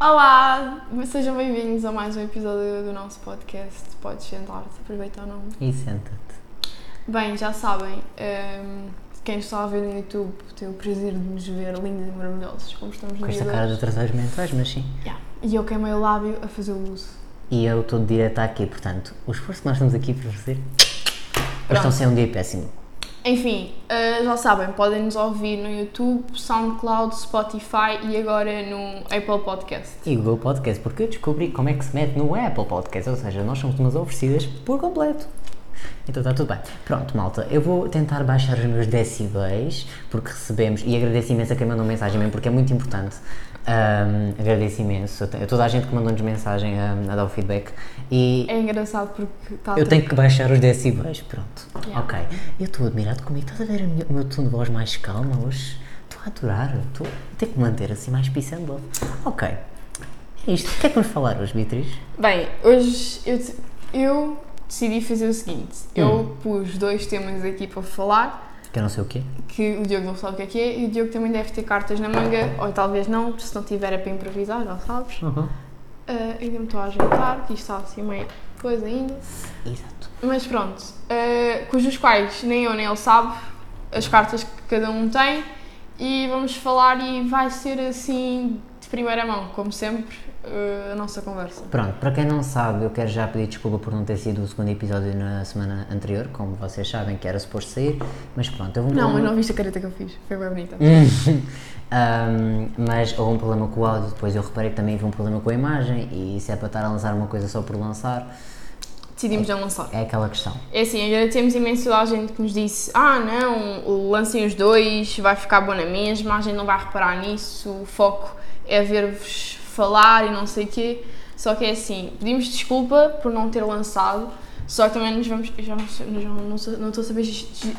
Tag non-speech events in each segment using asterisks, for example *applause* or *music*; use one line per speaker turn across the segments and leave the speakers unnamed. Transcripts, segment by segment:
Olá, sejam bem-vindos a mais um episódio do nosso podcast. Podes sentar-te, aproveita o nome.
E senta-te.
Bem, já sabem, hum, quem está a ver no YouTube tem o prazer de nos ver lindos e maravilhosos, como estamos no
Com esta
dia de
cara de
hoje.
atrasados mentais, mas sim.
Yeah. E eu queimei o lábio a fazer o uso.
E eu estou de direto aqui, portanto, o esforço que nós estamos aqui para fazer. Mas estão
Pronto.
sem um dia péssimo.
Enfim, eh, já sabem, podem nos ouvir no YouTube, SoundCloud, Spotify e agora no Apple Podcast.
E o Google Podcast, porque eu descobri como é que se mete no Apple Podcast, ou seja, nós somos umas oferecidas por completo. Então está tudo bem. Pronto, malta, eu vou tentar baixar os meus decibéis, porque recebemos, e agradeço imenso a quem mandou mensagem mesmo, porque é muito importante. Ahm, agradeço imenso a te- a toda a gente que mandou-nos mensagem ahm, a dar o feedback. E
É engraçado porque está
Eu tenho que baixar os decibéis, pronto.
Yeah.
Ok. Eu estou admirado comigo. é Estás a ver o meu, o meu tom de voz mais calma hoje? Estou a adorar. Estou tenho que manter assim mais peace and love. Ok. É isto. O que é que vamos falar hoje, Beatriz?
Bem, hoje eu, te- eu decidi fazer o seguinte: eu pus dois temas aqui para falar,
Que eu não sei o quê.
que o Diogo não sabe o que é que é, e o Diogo também deve ter cartas na manga, ou talvez não, porque se não tiver é para improvisar, já sabes. Ah, ainda me estou a ajeitar, que isto está assim meio coisa ainda.
Exato.
Mas pronto, ah, cujos quais nem eu nem ele sabe as cartas que cada um tem, e vamos falar, e vai ser assim de primeira mão, como sempre, ah, a nossa conversa.
Pronto, para quem não sabe, eu quero já pedir desculpa por não ter sido o segundo episódio na semana anterior, como vocês sabem que era suposto sair, mas pronto, eu vou
Não, mas não viste a careta que eu fiz, foi bem bonita.
*laughs* Ahm, mas houve um problema com o áudio, depois eu reparei que também houve um problema com a imagem, e isso é para estar a lançar uma coisa só por lançar,
decidimos não lançar.
é aquela questão.
É assim, agradecemos imenso toda a gente que nos disse: ah, não, lancem os dois, vai ficar bom na mesma, a gente não vai reparar nisso, o foco é ver-vos falar e não sei o quê. Só que é assim, pedimos desculpa por não ter lançado, só que também nos vamos. eu Já não, sei- eu já não, sei- não estou a saber gesticular.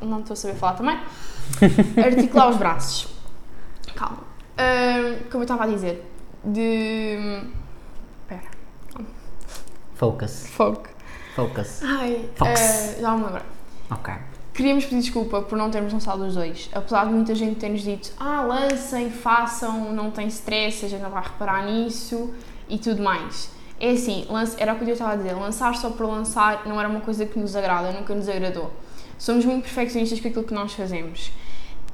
Não estou a saber falar também. Articular os braços. Calma. Ahm, como eu estava a dizer, de. hum, Espera,
Focus.
foco.
Focus.
Ai,
Fox.
eh, já me lembro.
Ok.
Queríamos pedir desculpa por não termos lançado os dois. Apesar de muita gente ter-nos dito, ah, lancem, façam, não tem stress, a gente não vai reparar nisso e tudo mais. É assim, lance- era o que eu estava a dizer, lançar só por lançar não era uma coisa que nos agrada, nunca nos agradou. Somos muito perfeccionistas com aquilo que nós fazemos.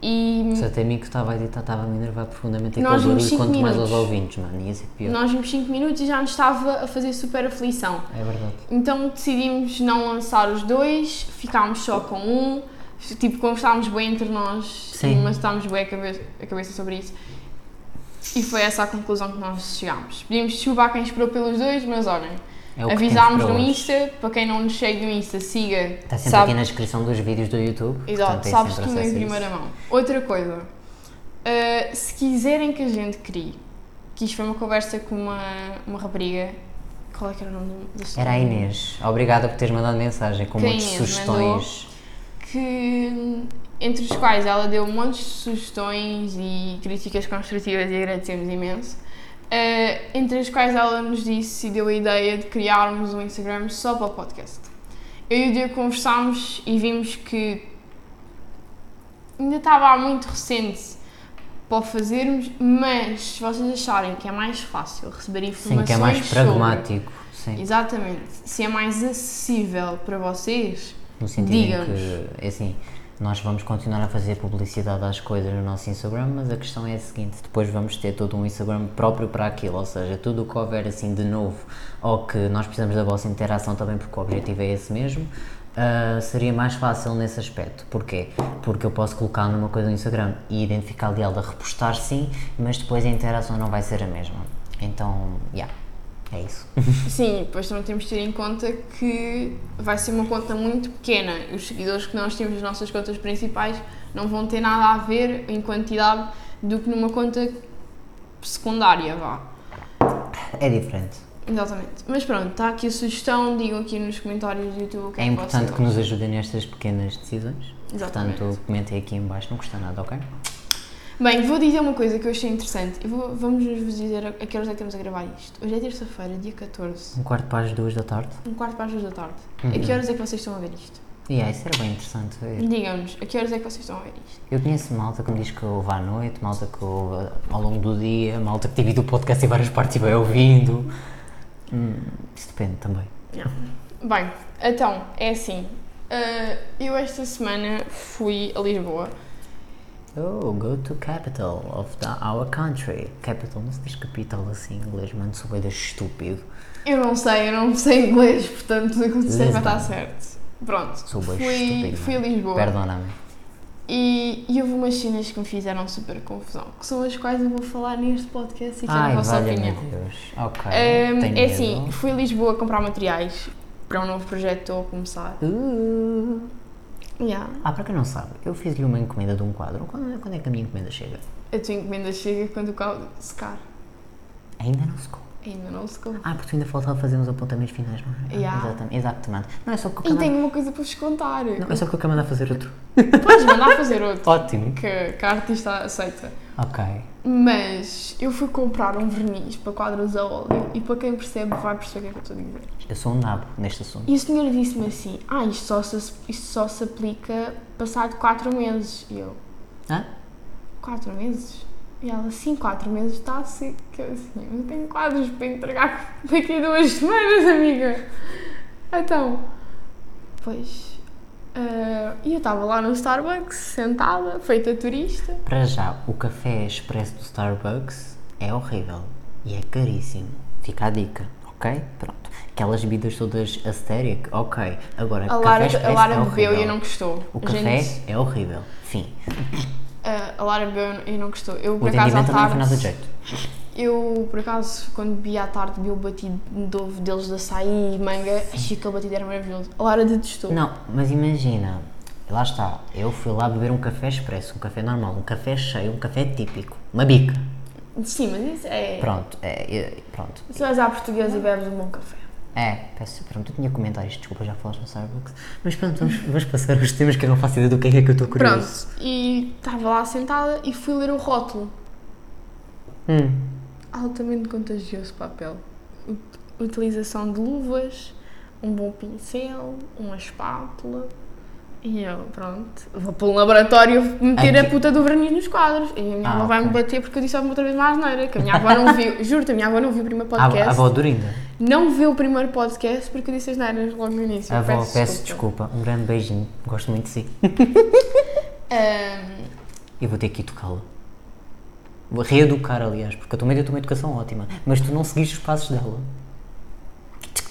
E
Se até mim que estava a editar, estava a me enervar profundamente
Nós
aquele
vimos
barulho,
cinco
quanto mais aos
minutos.
ouvintes, mano, ia ser pior.
nós vimos 5 minutos e já nos estava a fazer super aflição.
É verdade.
Então decidimos não lançar os dois, ficámos só com um. Tipo, conversámos bem entre nós,
Sim.
mas estávamos bem a cabeça, a cabeça sobre isso. E foi essa a conclusão que nós chegámos. Pedimos desculpa a quem esperou pelos dois, mas olhem,
É o que
avisámos
temos
no
para hoje.
Insta, para quem não nos segue no Insta, siga.
Está sempre aqui na descrição dos vídeos do YouTube.
Exato,
portanto, é
sabes
sempre
tudo em
acesso a isso.
primeira mão. Outra coisa, uh, se quiserem que a gente crie, que isto foi uma conversa com uma, uma rapariga, qual é que era o nome deste
Era a Inês. Obrigada por teres mandado mensagem com
Que a
muitas
Inês
sugestões.
que entre os quais ela deu um monte de sugestões e críticas construtivas e agradecemos imenso. Eh, entre as quais ela nos disse e deu a ideia de criarmos um Instagram só para o podcast. Eu e o Diego conversámos e vimos que ainda estava muito recente para o fazermos, mas se vocês acharem que é mais fácil receber
Sim,
informações
que é mais
sobre-
pragmático. Sim.
Exatamente. Se é mais acessível para vocês,
No sentido em
Diga-nos.
que, é assim, nós vamos continuar a fazer publicidade às coisas no nosso Instagram, mas a questão é a seguinte: depois vamos ter todo um Instagram próprio para aquilo, ou seja, tudo o que houver assim de novo ou que nós precisamos da vossa interação também, porque o objetivo é esse mesmo. ah, seria mais fácil nesse aspecto. Porquê? Porque eu posso colocar numa coisa no Instagram e identificar de ela, repostar sim, mas depois a interação não vai ser a mesma. Então, yeah, é isso. *laughs*
Sim, depois também temos de ter em conta que vai ser uma conta muito pequena. Os seguidores que nós temos nas nossas contas principais não vão ter nada a ver em quantidade do que numa conta secundária, vá.
É diferente.
Exatamente. Mas pronto, está aqui a sugestão, digam aqui nos comentários do YouTube o que é,
É importante que
vocês
nos ajudem nestas pequenas decisões.
Exatamente.
Portanto, comentem aqui em baixo, não custa nada, ok?
acham. Bem, vou dizer uma coisa que eu achei interessante. E vou- vamos vos dizer a a que horas é que estamos a gravar isto. Hoje é terça-feira, dia 14,
Um quarto para as duas da tarde. Uhum.
um quarto para as duas da tarde. A que horas é que vocês estão a ver isto?
E yeah, isso era bem interessante ver.
Digam-nos, a que horas é que vocês estão a ver isto?
Eu conheço malta que me diz que ouve à noite, malta que ouve ao longo do dia, malta que divide o podcast em várias partes e vai ouvindo. Hum, isso depende também.
Bem, então, é assim. Ah, eu esta semana fui a Lisboa.
Oh, go to capital of the, our country. Capital, não se diz capital assim em inglês, mano, sou bem estúpido.
Eu não sei, eu não sei inglês, portanto tudo o que eu disser vai
Lisboa.
estar tá certo. Pronto.
Sou bem
Fui,
estúpido.
fui a
mano.
Lisboa.
Perdona-me.
E, e houve umas cenas que me fizeram super confusão, que são as quais eu vou falar neste podcast e que é a
Ai,
vossa
valha
opinião.
meu Deus. Ok.
Ahm,
tenho
é
medo.
assim, fui a Lisboa comprar materiais para um novo projeto que estou a começar.
Uh.
Yeah.
Ah, para quem não sabe, eu fiz-lhe uma encomenda de um quadro. Quando, quando é que a minha encomenda chega?
A tua encomenda chega quando o caldo secar.
Ainda não secou.
Ainda não secou.
Ah, porque tu ainda faltava fazer uns apontamentos finais, não é? Ah,
Yeah.
Exatamente, exatamente. Não, é só porque eu
E
acabei-
tenho uma coisa para vos contar.
não, é só porque eu acabei de fazer outro.
Podes mandar fazer outro,
Ótimo.
que, que a artista aceita.
Ok.
Mas eu fui comprar um verniz para quadros a óleo e para quem percebe vai perceber o que é que eu estou a dizer.
Eu sou um nabo neste assunto.
E o senhor disse-me assim: Ah, isto só, se, isto só se aplica passado 4 meses. E eu:
Hã?
4 meses? E ela: Sim, 4 meses está seco. Eu assim: Eu tenho quadros para entregar *laughs* daqui a duas semanas, amiga. Então, pois. ah, E eu estava lá no Starbucks, sentada, feita turista.
Para já, o café expresso do Starbucks é horrível e é caríssimo. Fica a dica, ok? Pronto. Aquelas bebidas todas aesthetic, ok. Agora,
A
café
Lara, a
expresso
Lara
é
bebeu e
horrível.
eu não gostou.
O
Gente,
café é horrível. Fim.
ah, a Lara bebeu e eu não gostou. Eu,
O
por acaso, à
atendimento também não foi nada de
tarde.
jeito.
Eu, por acaso, quando bebi à tarde, bebi o batido de ovo deles de açaí e manga. Achei que aquele batido era maravilhoso. A Lara detestou.
Não, mas imagina, lá está. Eu fui lá beber um café expresso, um café normal, um café cheio, um café típico, uma bica.
Sim, mas isso é.
Pronto, é, é- pronto.
Se vais à portuguesa e bebes um bom café.
É, peço, pronto, eu tinha comentários, desculpa, já falaste no Starbucks. Mas pronto, vamos, vamos passar aos temas que eu não faço ideia do que é que eu estou
Pronto,
curioso.
e estava lá sentada e fui ler o rótulo.
Hum.
Altamente contagioso papel. Ut- Utilização de luvas, um bom pincel, uma espátula. E eu, pronto, vou para um laboratório meter
Aqui-
a puta do verniz nos quadros. E a minha
Ah,
avó vai-me
ok.
bater porque eu disse alguma outra vez uma asneira. Que a minha avó
*laughs*
não viu, juro-te, a minha avó não viu o primeiro
A, a
podcast.
avó Dorinda.
Não viu o primeiro podcast porque eu disse asneiras logo no início.
A avó, peço desculpa. Um grande beijinho. Gosto muito de si.
Ahm,
Eu vou ter que educá-la. Vou reeducar, aliás, porque eu também dei-te uma educação ótima. Mas tu não seguiste os passos dela.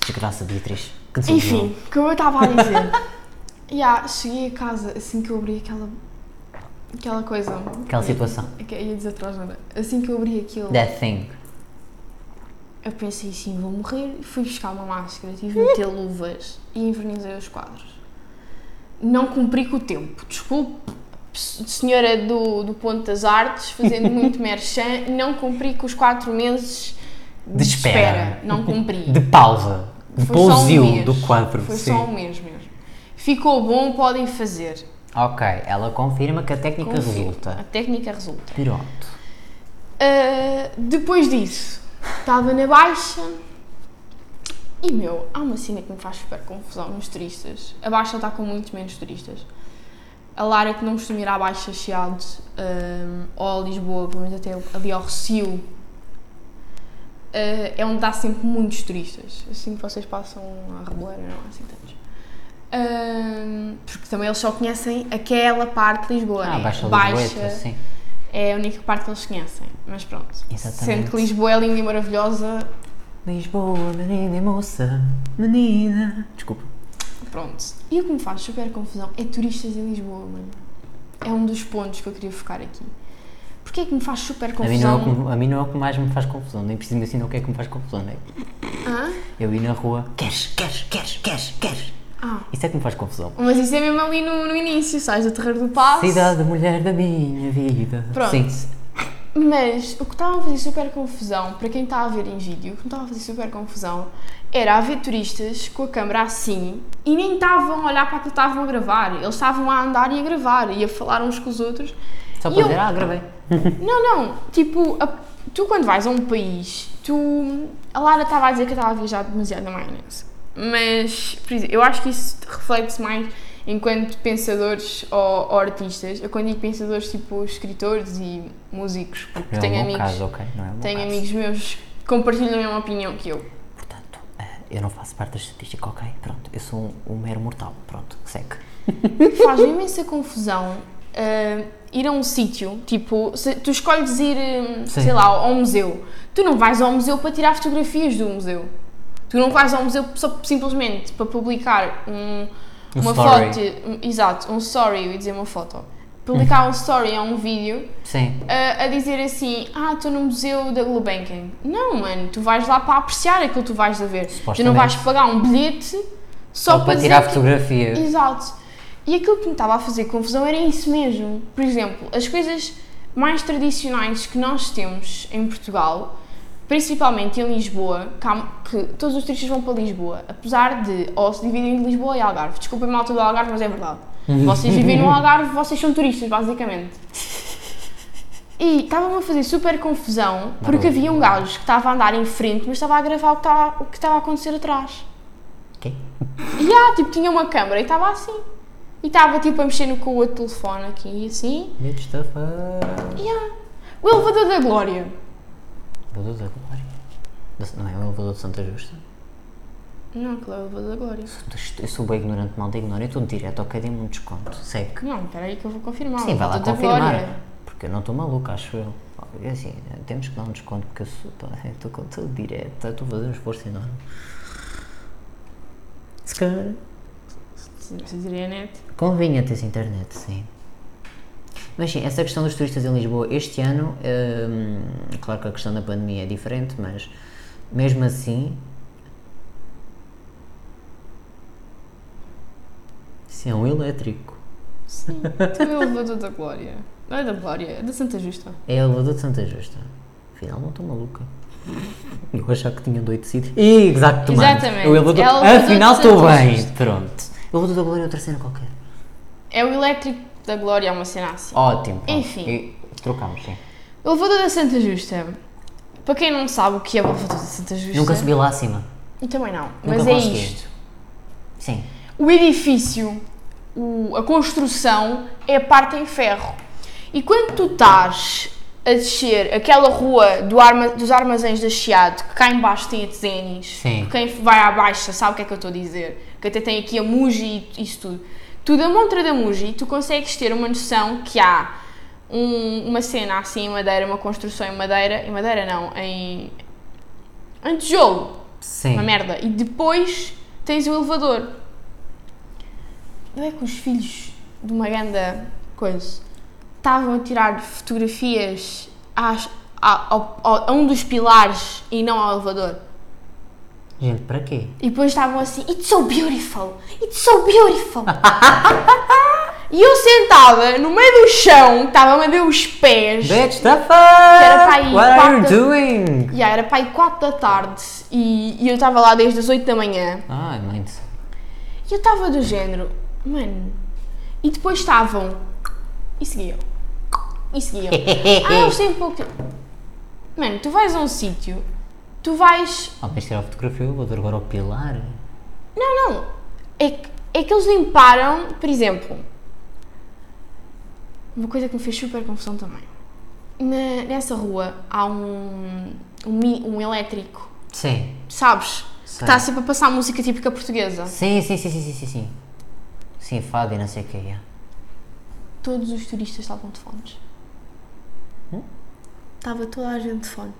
Desgraça, Beatriz. Que desilusão.
Enfim, o que eu estava a dizer.
*laughs*
yeah, cheguei a casa assim que eu abri aquela. aquela coisa.
Aquela situação.
É Eu ia dizer transgénero. Assim que eu abri aquilo,
That thing.
eu pensei assim: vou morrer. Fui buscar uma máscara, tive de ter luvas e envernizei os quadros. Não cumpri com o tempo. Desculpe, senhora do, do Ponto das Artes,
*laughs*
fazendo muito merchan, não cumpri com os 4 meses de,
De espera.
Não cumpri.
De pausa. De
Foi só um
pousio
mês.
do quadro.
Foi
sim.
só um mês mesmo. Ficou bom, podem fazer.
Ok, ela confirma que a técnica
Confio. A
resulta.
técnica resulta.
Pronto.
Ah, depois disso, estava na baixa e, meu, há uma cena que me faz super confusão nos turistas. A baixa está com muitos menos turistas. A Lara que não costuma ir à baixa Chiado ah, ou a Lisboa, pelo menos até ali ao Recio, ah, é onde dá sempre muitos turistas. Assim que vocês passam à Reboleira, não há assim tantos. Ah, porque também eles só conhecem aquela parte de Lisboa,
Ah,
né?
baixa Lisboeta, sim.
É a única parte que eles conhecem, mas pronto.
Exatamente.
Sendo que Lisboa é linda e maravilhosa,
Lisboa, menina e moça. Menina. Desculpa.
pronto. E o que me faz super confusão é turistas em Lisboa, mano. É um dos pontos que eu queria focar aqui. Porquê é que me faz super
A mim, não é
confusão?
o que, a mim não é o que mais me faz confusão. Nem preciso me ensinar o que é que me faz confusão, não é?
Hã?
Eu ir na rua, queres, queres, queres, queres, queres.
Ah,
Isso é que me faz confusão.
mas isso é mesmo ali no, no início, sais do Terreiro do Passo.
Cidade, mulher da minha vida.
Pronto.
Sim.
Mas o que estava a fazer super confusão, para quem está a ver em vídeo, o que me estava a fazer super confusão era haver turistas com a câmera assim e nem estavam a olhar para o que estavam a gravar. Eles estavam a andar e a gravar e a falar uns com os outros.
Só
E
para
eu-
dizer, ah, gravei.
Não, não, tipo, a- tu quando vais a um país, tu. A Lara estava a dizer que eu estava a viajar demasiado na maionese. Mas, por exemplo, eu acho que isso reflete-se mais enquanto pensadores ou, ou artistas, eu quando digo pensadores, tipo escritores e músicos, porque
Não é o
tenho
meu
amigos,
caso, ok? Não é o meu
tenho
caso.
amigos meus que compartilham a mesma opinião que eu.
Portanto, eh, eu não faço parte da estatística, ok? Pronto, eu sou um, um mero mortal. Pronto, segue.
faz imensa confusão ah, ir a um sítio, tipo, se tu escolhes ir, hum,
Sim.
sei lá, ao museu, tu não vais ao museu para tirar fotografias do museu. Tu não vais ao museu só simplesmente para publicar um,
Um
uma
story.
foto, um- exato, um story, eu ia dizer uma foto. Publicar um story ou um vídeo
Sim.
a, a dizer assim, ah, estou no museu da Gulbenkian. Não, mano, tu vais lá para apreciar aquilo que tu vais a ver. Tu não
Supostamente.
vais pagar um bilhete só,
Só para
dizer
tirar
que-
fotografias.
Exato. E aquilo que me estava a fazer confusão era isso mesmo. Por exemplo, as coisas mais tradicionais que nós temos em Portugal, principalmente em Lisboa, que, há- que todos os turistas vão para Lisboa, apesar de, ou se dividem de Lisboa e Algarve. Desculpem malta do Algarve, mas é verdade. Vocês vivem no Algarve, vocês são turistas, basicamente. E estava-me a fazer super confusão porque havia um gajo que estava a andar em frente, mas estava a gravar o que estava- o que estava a acontecer atrás.
Ok.
E ah, tipo, tinha uma câmera e estava assim. E estava tipo a mexer no com o outro telefone aqui e assim.
Bitch the fuck.
E ah, o elevador da Glória.
Elevador da Glória. Da- Não é o elevador de Santa Justa?
Não, aquele é o elevador da Glória.
Eu sou bem ignorante, malta ignora. Eu estou direto, ok? Dê-me um desconto. Segue.
Não, espera aí que eu vou confirmar.
Sim,
o
vai lá
elevador da
confirmar.
Hum, Glória.
Porque eu não estou maluca, acho eu. É Assim, temos que dar um desconto porque eu sou- pá, eu estou com tudo direto. Estou a fazer um esforço enorme. Se calhar
Se não se diria net.
Convinha teres internet, sim. Mas sim, essa questão dos turistas em Lisboa este ano, hum, claro que a questão da pandemia é diferente, mas mesmo assim. Sim, é um elétrico.
Sim, tem o elevador da Glória. Não é da Glória, é da Santa Justa.
É elevador de Santa Justa. Afinal, não estou maluca. Eu achava que tinha doido sítio. Ih, Exato, mano.
Exatamente.
O elevador-
É o elevador de
Afinal, estou
Santa
bem.
Justa.
Pronto. O elevador da Glória é outra cena qualquer.
É o elétrico da Glória, é uma cena assim.
Ótimo. pronto.
Enfim.
E trocamos, sim.
O elevador da Santa Justa. Para quem não sabe o que é o elevador da Santa Justa.
Nunca subi lá acima.
Eu também não.
Nunca
Mas é
consegui.
isto.
Sim.
o edifício, o- a construção é a parte em ferro. E quando tu estás a descer aquela rua do arma- dos armazéns da Chiado, que cá em baixo tem a Tezenis,
Sim.
que quem vai à baixa sabe o que é que eu estou a dizer, que até tem aqui a Muji e isso tudo. Tu da montra da Muji, tu consegues ter uma noção que há um- uma cena assim em madeira, uma construção em madeira, em madeira não, em, em tijolo,
Sim.
uma merda. E depois tens o elevador. Não é que os filhos de uma ganda coisa estavam a tirar fotografias às- a, ao- ao- a um dos pilares e não ao elevador.
Gente, para quê?
E depois estavam assim, it's so beautiful, it's so beautiful. e eu sentada no meio do chão, estava-me a ver os pés.
Bitch, the fuck!
para aí,
What are you
quarta-
doing?
E era para aí 4 da tarde e, e eu estava lá desde as 8 da manhã.
Ai, mãe. *laughs* do céu.
E eu estava do género, mano. E depois estavam. E seguiam. E seguiam. ah, eles têm pouco tempo. Mano, tu vais a um sítio, tu vais.
Ah, mas tirar a fotografia, eu vou dar agora ao pilar.
Não, não. É, que- é que eles limparam, por exemplo. Uma coisa que me fez super confusão também. Na- nessa rua há um, um, mi- um elétrico,
Sim.
sabes? Que
Sei.
está sempre a passar música típica portuguesa.
Sim, sim, sim, sim, sim, sim, sim. Sim, fado e não sei o que é.
Todos os turistas estavam de fones.
Hum?
Estava toda a gente de fones.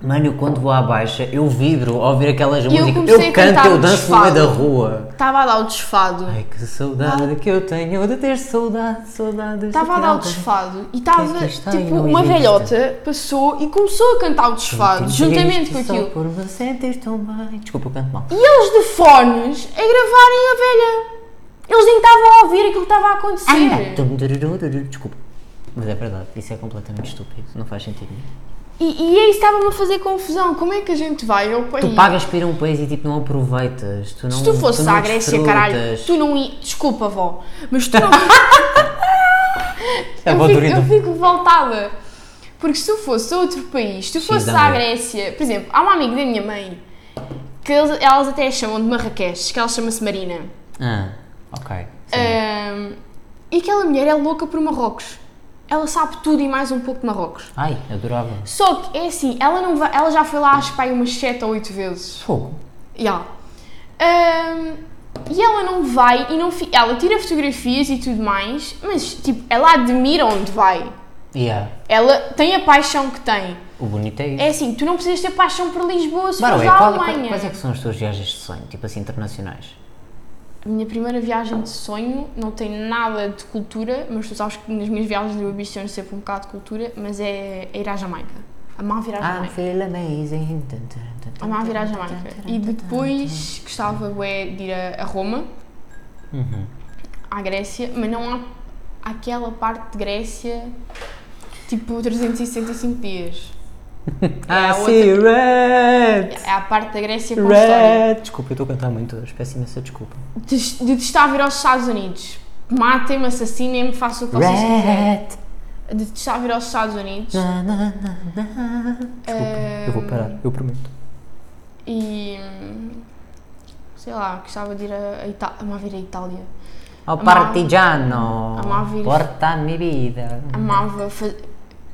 Mano, eu quando vou à baixa, eu vibro ao ouvir aquelas
eu
músicas.
comecei
Eu
a cantar
canto, eu
o
danço no meio da
desfado.
rua.
Estava a dar o desfado.
Ai, que saudade que eu tenho de ter saudade, saudade.
Estava a dar o desfado e estava,
Aqui está,
tipo,
não
uma
existe.
velhota passou e começou a cantar o desfado, juntamente com aquilo.
Por me sentir tão bem. Desculpa, eu canto mal.
E eles de fones a gravarem a velha. Eles nem estavam a ouvir aquilo que estava a acontecer.
Anda. Tum, dururu, dururu. Desculpa. Mas é verdade, isso é completamente estúpido, não faz sentido nenhum.
E, e aí estava-me a fazer confusão. Como é que a gente vai ao país?
Tu pagas para ir a um país e tipo não aproveitas. Tu não,
Se tu fosses
não
à Grécia,
desfrutas.
caralho, tu não ias. Desculpa, vó, mas tu não
É
eu,
vó
fico,
Dorita.
eu fico voltada. Porque se tu fosses a outro país, se tu fosses à
amor.
Grécia, por exemplo, há uma amiga da minha mãe que eles- elas até chamam de Marrakech, que ela chama-se Marina.
Ah, Ok. Sim.
Ahm, e aquela mulher é louca por Marrocos. Ela sabe tudo e mais um pouco de Marrocos.
Ai, adorava.
Só que é assim, ela, não vai- ela já foi lá acho que pai, umas 7 ou 8 vezes.
Fogo.
Yeah. Ahm, e ela não vai e não fi- ela tira fotografias e tudo mais, mas tipo, ela admira onde vai.
Yeah.
Ela tem a paixão que tem.
O bonito é isso.
É assim, tu não precisas ter paixão por Lisboa se
By the
fores
way,
à
qual- qual-
Alemanha.
quais é que são as tuas viagens de sonho, tipo assim, internacionais?
A minha primeira viagem de sonho não tem nada de cultura, mas tu sabes que nas minhas viagens eu ambiciono sempre um bocado de cultura, mas é, é ir à Jamaica. Amava ir à
I
Jamaica.
feel amazing. Tum, tum, tum, tum,
Amava ir à
tum,
Jamaica.
tum, tum,
E
tum, tum,
depois gostava bué, de ir a, a Roma,
tum. Uhum.
à Grécia, mas não há aquela parte de Grécia tipo 365 dias.
I
a
see red.
tipo- É a parte da Grécia com história.
Red. Desculpa, eu estou a cantar muito hoje. Peço imensa desculpa.
Des- Detestava ir aos Estados Unidos. Matem-me, assassinem-me, façam o que vocês quiserem.
Red.
Detestava ir aos Estados Unidos.
Na, na, na, na. Ah, Desculpa, eu vou parar, eu prometo.
E hum, sei lá, gostava de ir a, a Itália. Amava ir à Itália.
Ao
Amava-
partigiano.
amava ir-
Porta a minha vida.
Amava fazer.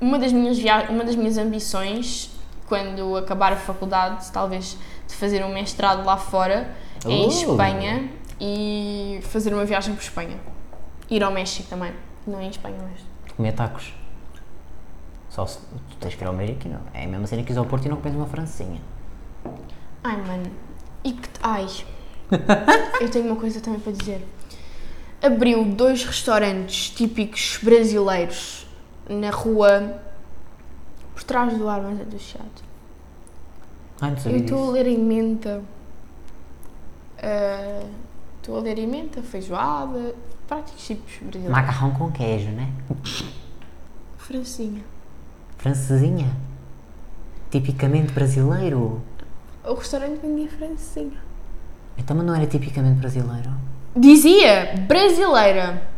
Uma das, minhas via... uma das minhas ambições, quando acabar a faculdade, talvez de fazer um mestrado lá fora, em
Uh.
Espanha, e fazer uma viagem para Espanha. Ir ao México também. Não em Espanha, mas.
Comer tacos. Só se. Tu tens que ir ao México, não. É a mesma cena que ires ao Porto e não comes uma francesinha.
Ai, mano. E que. Ai. Eu tenho uma coisa também para dizer. Abriu dois restaurantes típicos brasileiros na rua. Por trás do ar, mas é do chato.
Ai, não
Eu
sabia
estou a
disso.
ler em menta. Ah, Estou a ler em menta, feijoada, práticos típicos brasileiros.
Macarrão com queijo, né?
Francinha.
Francesinha. Tipicamente brasileiro.
O restaurante vendia francinha.
Então, mas não era tipicamente brasileiro?
Dizia brasileira.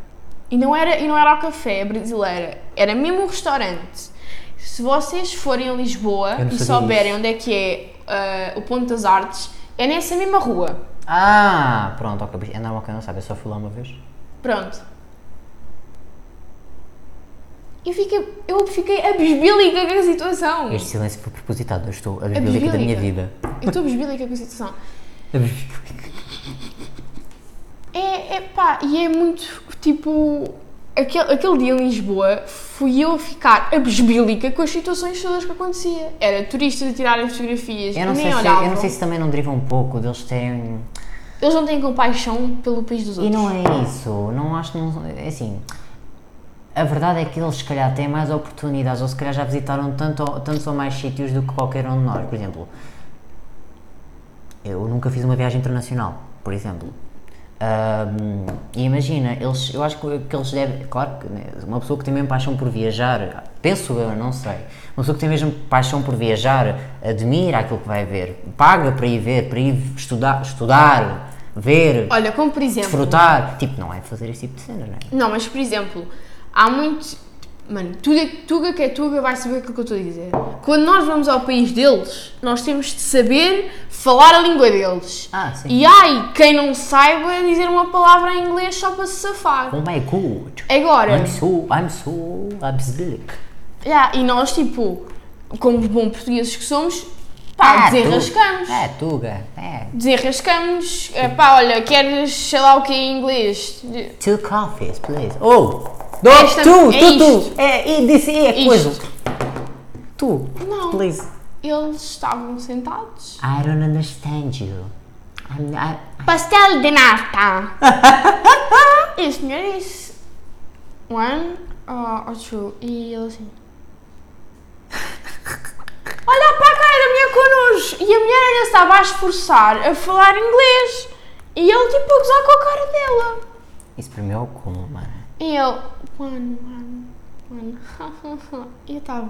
E não era, e não era ao café, é brasileira. Era mesmo um restaurante. Se vocês forem a Lisboa
Eu não
e
sabia
souberem
isso.
onde é que é ah, o Ponto das Artes, é nessa mesma rua.
Ah, pronto, ok. É normal que eu não saiba, eu só fui lá uma vez.
Pronto. E fiquei, eu fiquei abisbílica com a situação.
Este silêncio foi propositado, eu estou a biblioteca da minha vida.
Eu estou abisbílica com a situação.
A biblioteca.
É, é pá, e é muito tipo. Aquele, aquele dia em Lisboa fui eu a ficar abisbílica com as situações todas que acontecia. Era turistas a tirarem fotografias,
Eu não,
nem
sei se,
olhavam.
eu não sei se também não deriva um pouco deles terem.
Eles não têm compaixão pelo país dos
E
outros.
não é isso, não acho. Não, é assim. A verdade é que eles, se calhar, têm mais oportunidades, ou se calhar já visitaram tanto, ou- tantos ou mais sítios do que qualquer um de nós. Por exemplo, eu nunca fiz uma viagem internacional, por exemplo. Ahm, e imagina, eles, eu acho que, que eles devem. Claro que né, uma pessoa que tem mesmo paixão por viajar, penso eu, não sei. Uma pessoa que tem mesmo paixão por viajar, admira aquilo que vai ver, paga para ir ver, para ir estudar, estudar ver,
Olha, como por exemplo.
é. desfrutar. Tipo, não é fazer esse tipo de cena, não é?
Não, mas por exemplo, há muito. Mano, tudo é- Tuga que é Tuga vai saber aquilo que eu estou a dizer. Quando nós vamos ao país deles, nós temos de saber falar a língua deles.
Ah, sim.
E ai, quem não saiba dizer uma palavra em inglês só para se safar.
Oh my god!
Agora,
I'm so, I'm so absilic.
yeah, e nós, tipo, como bons portugueses que somos, pá, desenrascamos.
É, Tuga, é.
Desenrascamos. É, pá, olha, queres sei lá o que em inglês? De-
Two coffees, please. Oh! Dois,
Esta-
tu,
é
tu, tu!
isto.
É, e disse, é
Isto.
coisa. Tu,
Não.
please.
Eles estavam sentados.
I don't understand you. I'm, I,
Pastel de nata. *laughs* e o senhor disse: One uh, or two. E ele assim: *laughs* Olha para a cara da mulher connosco. E a mulher ainda estava a esforçar a falar inglês. E ele tipo a gozar com a cara dela.
isso para mim é o cúmulo, mano.
E ele: One, one, one. *laughs* e eu estava.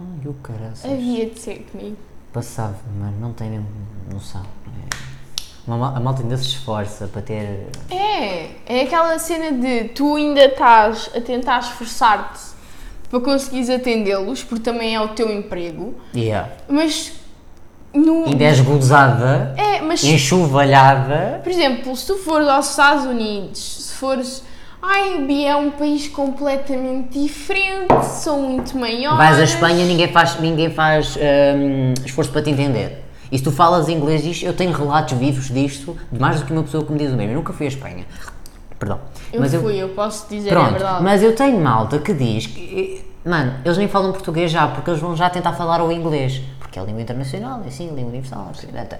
Ai, o caraças.
Havia de ser comigo.
Passava, mano, não tem mesmo noção. É. Uma mal- A malta ainda se esforça para ter
É, é aquela cena de tu ainda estás a tentar esforçar-te para conseguires atendê-los, porque também é o teu emprego,
Yeah.
mas No,
Ainda és gozada,
é, mas
enxovalhada.
Por exemplo, se tu fores aos Estados Unidos, se fores. Ai, Bia, é um país completamente diferente, são muito maiores.
Vais à Espanha, ninguém faz, ninguém faz hum, esforço para te entender. E se tu falas inglês disto, eu tenho relatos vivos disto, de mais do que uma pessoa que me diz o mesmo. Eu nunca fui à Espanha. Perdão.
Eu fui, eu, posso dizer, é
Pronto,
verdade.
mas eu tenho malta que diz que, mano, eles nem falam português já, porque eles vão já tentar falar o inglês, porque é língua internacional, é assim, língua universal, assim, tá, tá.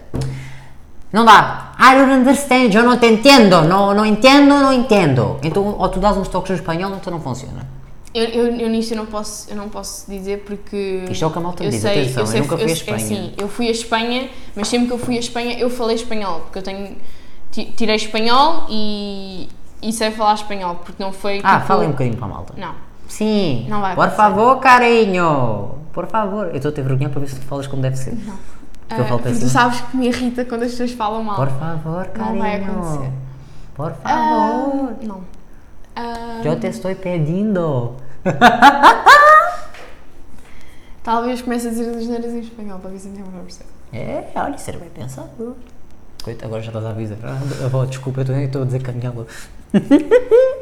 não dá, I don't understand, eu não te entendo, não, não entendo, não entendo, então ou tu dás uns toques no espanhol, então não funciona,
Eu, eu, eu nisto eu não posso, eu não posso dizer porque.
Isto é o que a malta
eu
diz,
sei,
atenção, eu
sei-
nunca fui à
sei- é
Espanha.
assim, eu fui à Espanha, mas sempre que eu fui à Espanha eu falei espanhol, porque eu tenho. ti- Tirei espanhol e. e sei falar espanhol, porque não foi.
ah,
tipo,
fala aí um bocadinho para a malta,
Não.
sim,
Não vai
por
acontecer.
favor carinho, por favor, eu estou a ter vergonha para ver se tu falas como deve ser, porque
Ah,
eu falo
porque tu
assim.
sabes que me irrita quando as pessoas falam mal.
por favor carinho,
vai acontecer.
por
Ah,
favor,
não. Ah,
Eu te estou pedindo.
Ah, talvez comece a dizer as neiras em espanhol, talvez ninguém vai perceber.
É, olha, isso era bem pensado. Coita, agora já estás a avisar. Ah, avó, desculpa, eu tô- eu estou a dizer que a minha avó.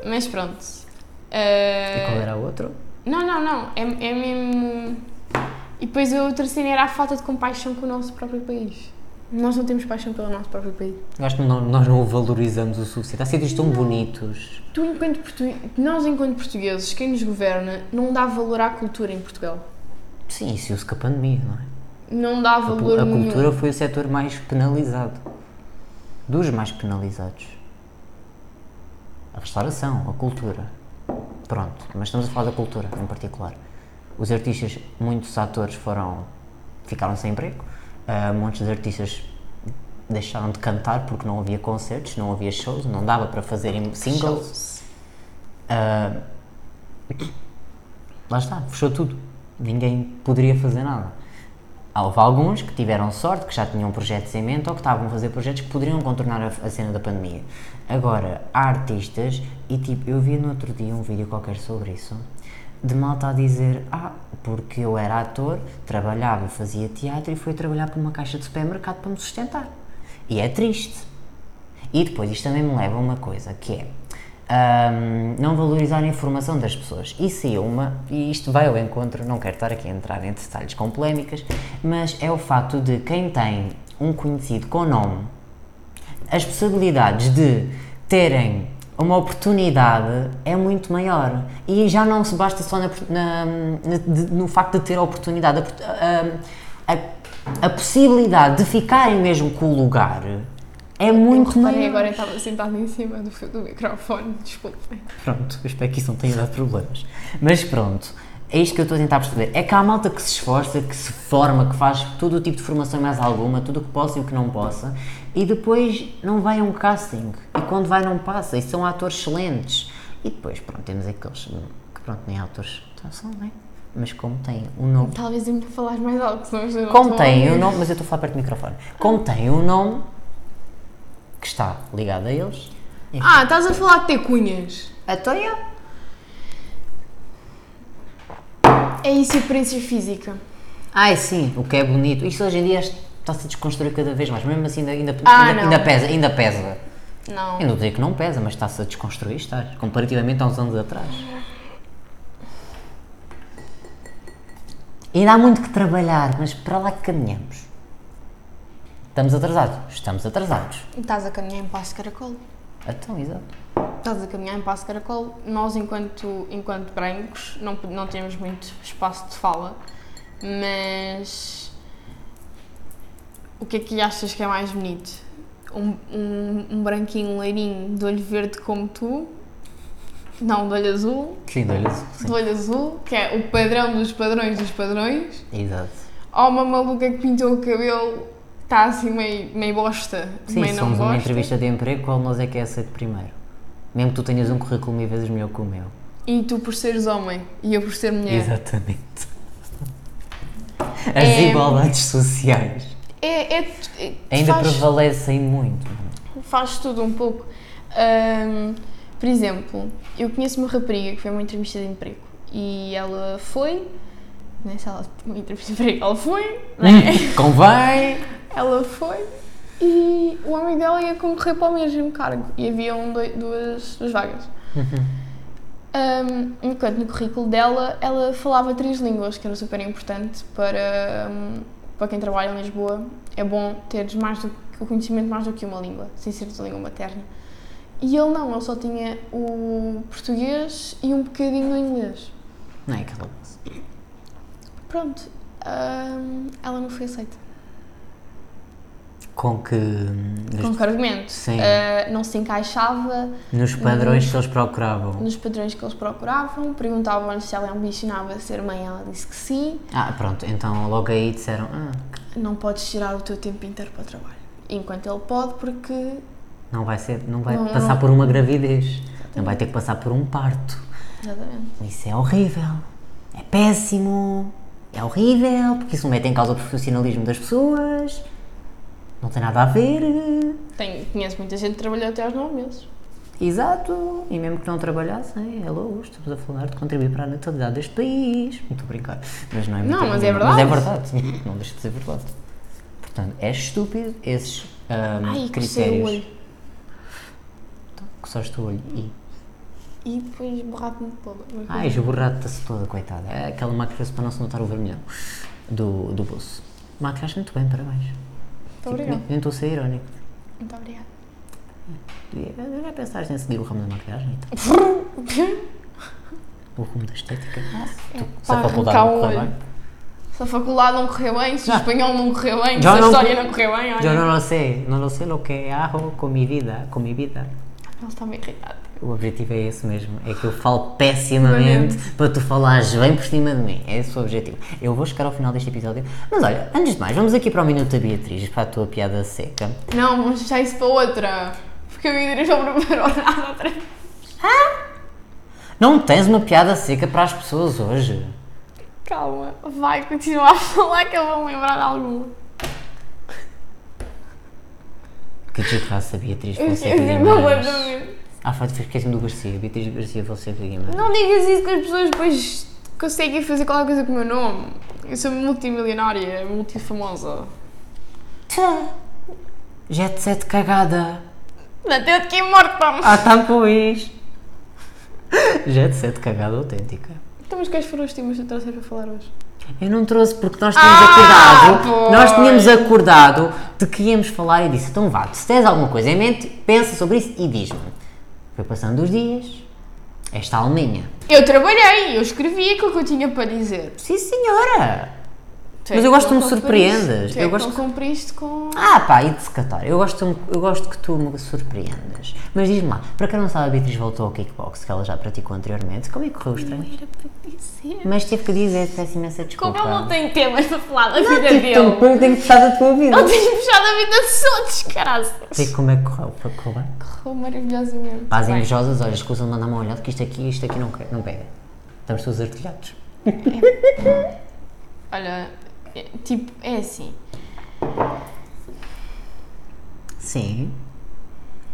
Mas pronto.
E
Ah,
qual é era a outra?
Não, não, não. É, é mesmo. E depois a outra cena era a falta de compaixão com o nosso próprio país. Nós não temos paixão pelo nosso próprio país.
Eu acho que não- nós não o valorizamos o suficiente. Há sítios tão bonitos.
Tu, enquanto portu... Nós, enquanto portugueses, quem nos governa não dá valor à cultura em Portugal.
Sim, isso usa com a pandemia, não é?
Não dá
A
valor
pu- A
nenhum.
cultura é foi o setor mais penalizado. Dos mais penalizados. A restauração, a cultura. Pronto, mas estamos a falar da cultura em particular. Os artistas, muitos atores foram. ficaram sem emprego. Ah, muitos artistas deixaram de cantar porque não havia concertos, não havia shows, não dava para fazerem singles. Ah, lá está, fechou tudo. Ninguém poderia fazer nada. Houve alguns que tiveram sorte, que já tinham projetos em mente ou que estavam a fazer projetos que poderiam contornar a, a cena da pandemia. Agora, há artistas, e tipo, eu vi no outro dia um vídeo qualquer sobre isso, de malta a dizer: Ah, porque eu era ator, trabalhava, fazia teatro e fui trabalhar para uma caixa de supermercado para me sustentar. E é triste. E depois isto também me leva a uma coisa que é ahm, não valorizar a informação das pessoas. Isso é uma, e isto vai ao encontro, não quero estar aqui a entrar em detalhes com polémicas, mas é o facto de quem tem um conhecido com nome, as possibilidades de terem uma oportunidade é muito maior e já não se basta só na- na- na- de- no facto de ter a oportunidade, a, a- a possibilidade de ficarem mesmo com o lugar é muito
Reparei
maior.
agora eu estava sentada em cima do fio do microfone, desculpem.
Pronto, eu espero que isso não tenha dado problemas. Mas pronto, é isto que eu estou a tentar perceber. É que há malta que se esforça, que se forma, que faz todo o tipo de formação e mais alguma, tudo o que possa e o que não possa, e depois não vai a um casting. E quando vai não passa, e são atores excelentes. E depois, pronto, temos aqueles que pronto, nem atores então são, não é? Mas como têm o nome
Talvez ainda falar mais algo, senão eu não
como
estou a
tem o
ouvir.
nome, mas eu estou a falar perto do microfone. Como tem o nome que está ligado a eles, é
Ah, estás a falar de ter cunhas.
então é.
É isso, aparência física.
Ai sim, o que é bonito. Isto hoje em dia está-se a desconstruir cada vez mais, mesmo assim ainda, ainda,
Ah,
ainda,
não.
ainda pesa, ainda pesa.
Não.
Eu não digo que não pesa, mas está-se a desconstruir, está, comparativamente há uns anos atrás. Ainda há muito que trabalhar, mas para lá que caminhamos. Estamos atrasados, estamos atrasados.
Estás a caminhar em passo de caracol.
Então, exato.
Estás a caminhar em passo de caracol. Nós, enquanto, enquanto brancos, não, pod- não temos muito espaço de fala, mas. O que é que achas que é mais bonito? Um, um, um branquinho leirinho de olho verde como tu? Não, de olho azul.
Sim, olha isso.
De olho azul, que é o padrão dos padrões dos padrões.
Exato.
Ou uma maluca que pintou o cabelo, está assim meio, meio bosta.
Sim,
meio não
somos uma
bosta.
entrevista de emprego, qual de nós é que é aceito primeiro? Mesmo que tu tenhas um currículo mil vezes melhor que o meu.
E tu por seres homem e eu por ser
É.
mulher.
Exatamente. As
É-
desigualdades sociais
É, é, é-
ainda
faz,
prevalecem muito.
faz tudo um pouco. Ahm, por exemplo, eu conheço uma rapariga que foi a uma entrevista de emprego e ela foi, né? Se ela tinha uma entrevista para ele, ela foi,
é?
né?
Hum, Convém!
Ela foi e o amigo dela ia concorrer para o mesmo cargo e havia um, doi- duas, duas vagas.
Uhum.
Ahm, enquanto no currículo dela ela falava três línguas, que era super importante para, hum, para quem trabalha em Lisboa. É bom teres mais do, que- o conhecimento mais do que uma língua, sem ser de língua materna. E ele não, ele só tinha o português e um bocadinho do inglês.
Não é aquela.
Pronto, ahm, ela não foi aceita.
Com que. hum, É.
Com que argumento?
Sim.
Ah, não se encaixava,
Nos padrões que eles procuravam.
nos padrões que eles procuravam, perguntavam-lhe se ela ambicionava ser mãe, ela disse que sim,
Ah, pronto, então logo aí disseram. Ah,
não podes tirar o teu tempo inteiro para o trabalho. Enquanto ele pode, porque
não vai ser. Não vai
Não,
passar
não.
por uma gravidez. Não vai ter que passar por um parto.
Exatamente.
Isso é horrível. É péssimo. É horrível, porque isso mete em causa o profissionalismo das pessoas. Não tem nada a ver.
Tem, conheço muita gente que trabalhou até aos 9 meses.
Hum, Exato, e mesmo que não trabalhassem, hello, estamos a falar de contribuir para a natalidade deste país. Muito obrigado. Mas não é muito
Não, mas é
Mas é
verdade.
verdade, não deixa de ser verdade. Portanto, é estúpido esses ahm,
Ai, cresceu o
critérios.
olho.
Coçaste o olho e.
E depois borrado-me toda. Uma
Ai,
coisa.
esborrado-te-se toda, coitada. É aquela máquina para não se notar o vermelhão do, do bolso. Maquias muito bem, parabéns.
Muito
Tipo, nem
obrigada.
nem estou a ser irónico.
Muito obrigada.
Eu já pensaste em seguir o ramo da maquiagem? Então. O rumo da estética. Tu- Se
pá,
a faculdade
arrancar
não
um
correr
olho.
bem.
*laughs* Se a faculdade não correu bem, se o
Já.
espanhol não correu bem,
Já
se a
não-
história não correu bem, olha.
Yo no lo sé, no lo sé lo que hago con mi vida, com mi vida.
Ele está meio irritado.
O objetivo é esse mesmo, é que eu falo pessimamente para tu falares bem por cima de mim. É esse o objetivo. Eu vou chegar ao final deste episódio, mas olha, antes de mais, vamos aqui para o Minuto da Beatriz, para a tua piada seca.
Não, vamos deixar isso para outra. Porque eu ia dizer não preparou nada outra vez.
Não tens uma piada seca para as pessoas hoje?
Calma, vai continuar a falar que eu vou me lembrar de alguma.
Que desgraça, Beatriz
Eu *laughs*
Fonseca
esqueci não vou
Guimarães.
dormir.
Ah, foi, esqueci-me do Garcia, Beatriz Garcia Fonseca Guimarães.
Não digas isso que as pessoas depois conseguem fazer qualquer coisa com o meu nome. Eu sou multimilionária, multifamosa.
Tchá. Jet set cagada.
Não tenho de que ir morta.
Ah, tá, pois. Jet set cagada autêntica.
Então, mas quais foram os temas que eu trouxe para falar hoje?
Eu não trouxe porque nós tínhamos
Ah,
acordado.
pois.
Nós tínhamos acordado de que íamos falar e disse: então vá, se tens alguma coisa em mente, pensa sobre isso e diz-me. Foi passando os dias, esta alminha.
Eu trabalhei, eu escrevi aquilo que eu tinha para dizer.
Sim, senhora!
Tu
Mas
é
eu gosto
que não
que me
cumpriste.
surpreendas.
Tu é
Eu
que
gosto
não cumpriste com.
Ah, pá, e de secatório. Eu gosto, eu gosto que tu me surpreendas. Mas diz-me lá, para quem não sabe, a Beatriz voltou ao kickbox que ela já praticou anteriormente. Como é que correu os treinos?
Era para dizer.
Mas tive que dizer, peço imensa desculpa. Tipo,
Como ele não tem temas para falar da vida
Tive
dele,
tempo, eu tenho que estar da tua vida.
ele tem puxado a vida dos outros,
Sei
caraças.
como é que correu, foi correu bem.
Correu maravilhosamente.
Pá, as
Bem,
invejosas, olha, escusam de mandar uma olhada que isto aqui, isto aqui não, quer- não pega. Estamos todos artilhados.
Olha, é, tipo, é assim.
Sim.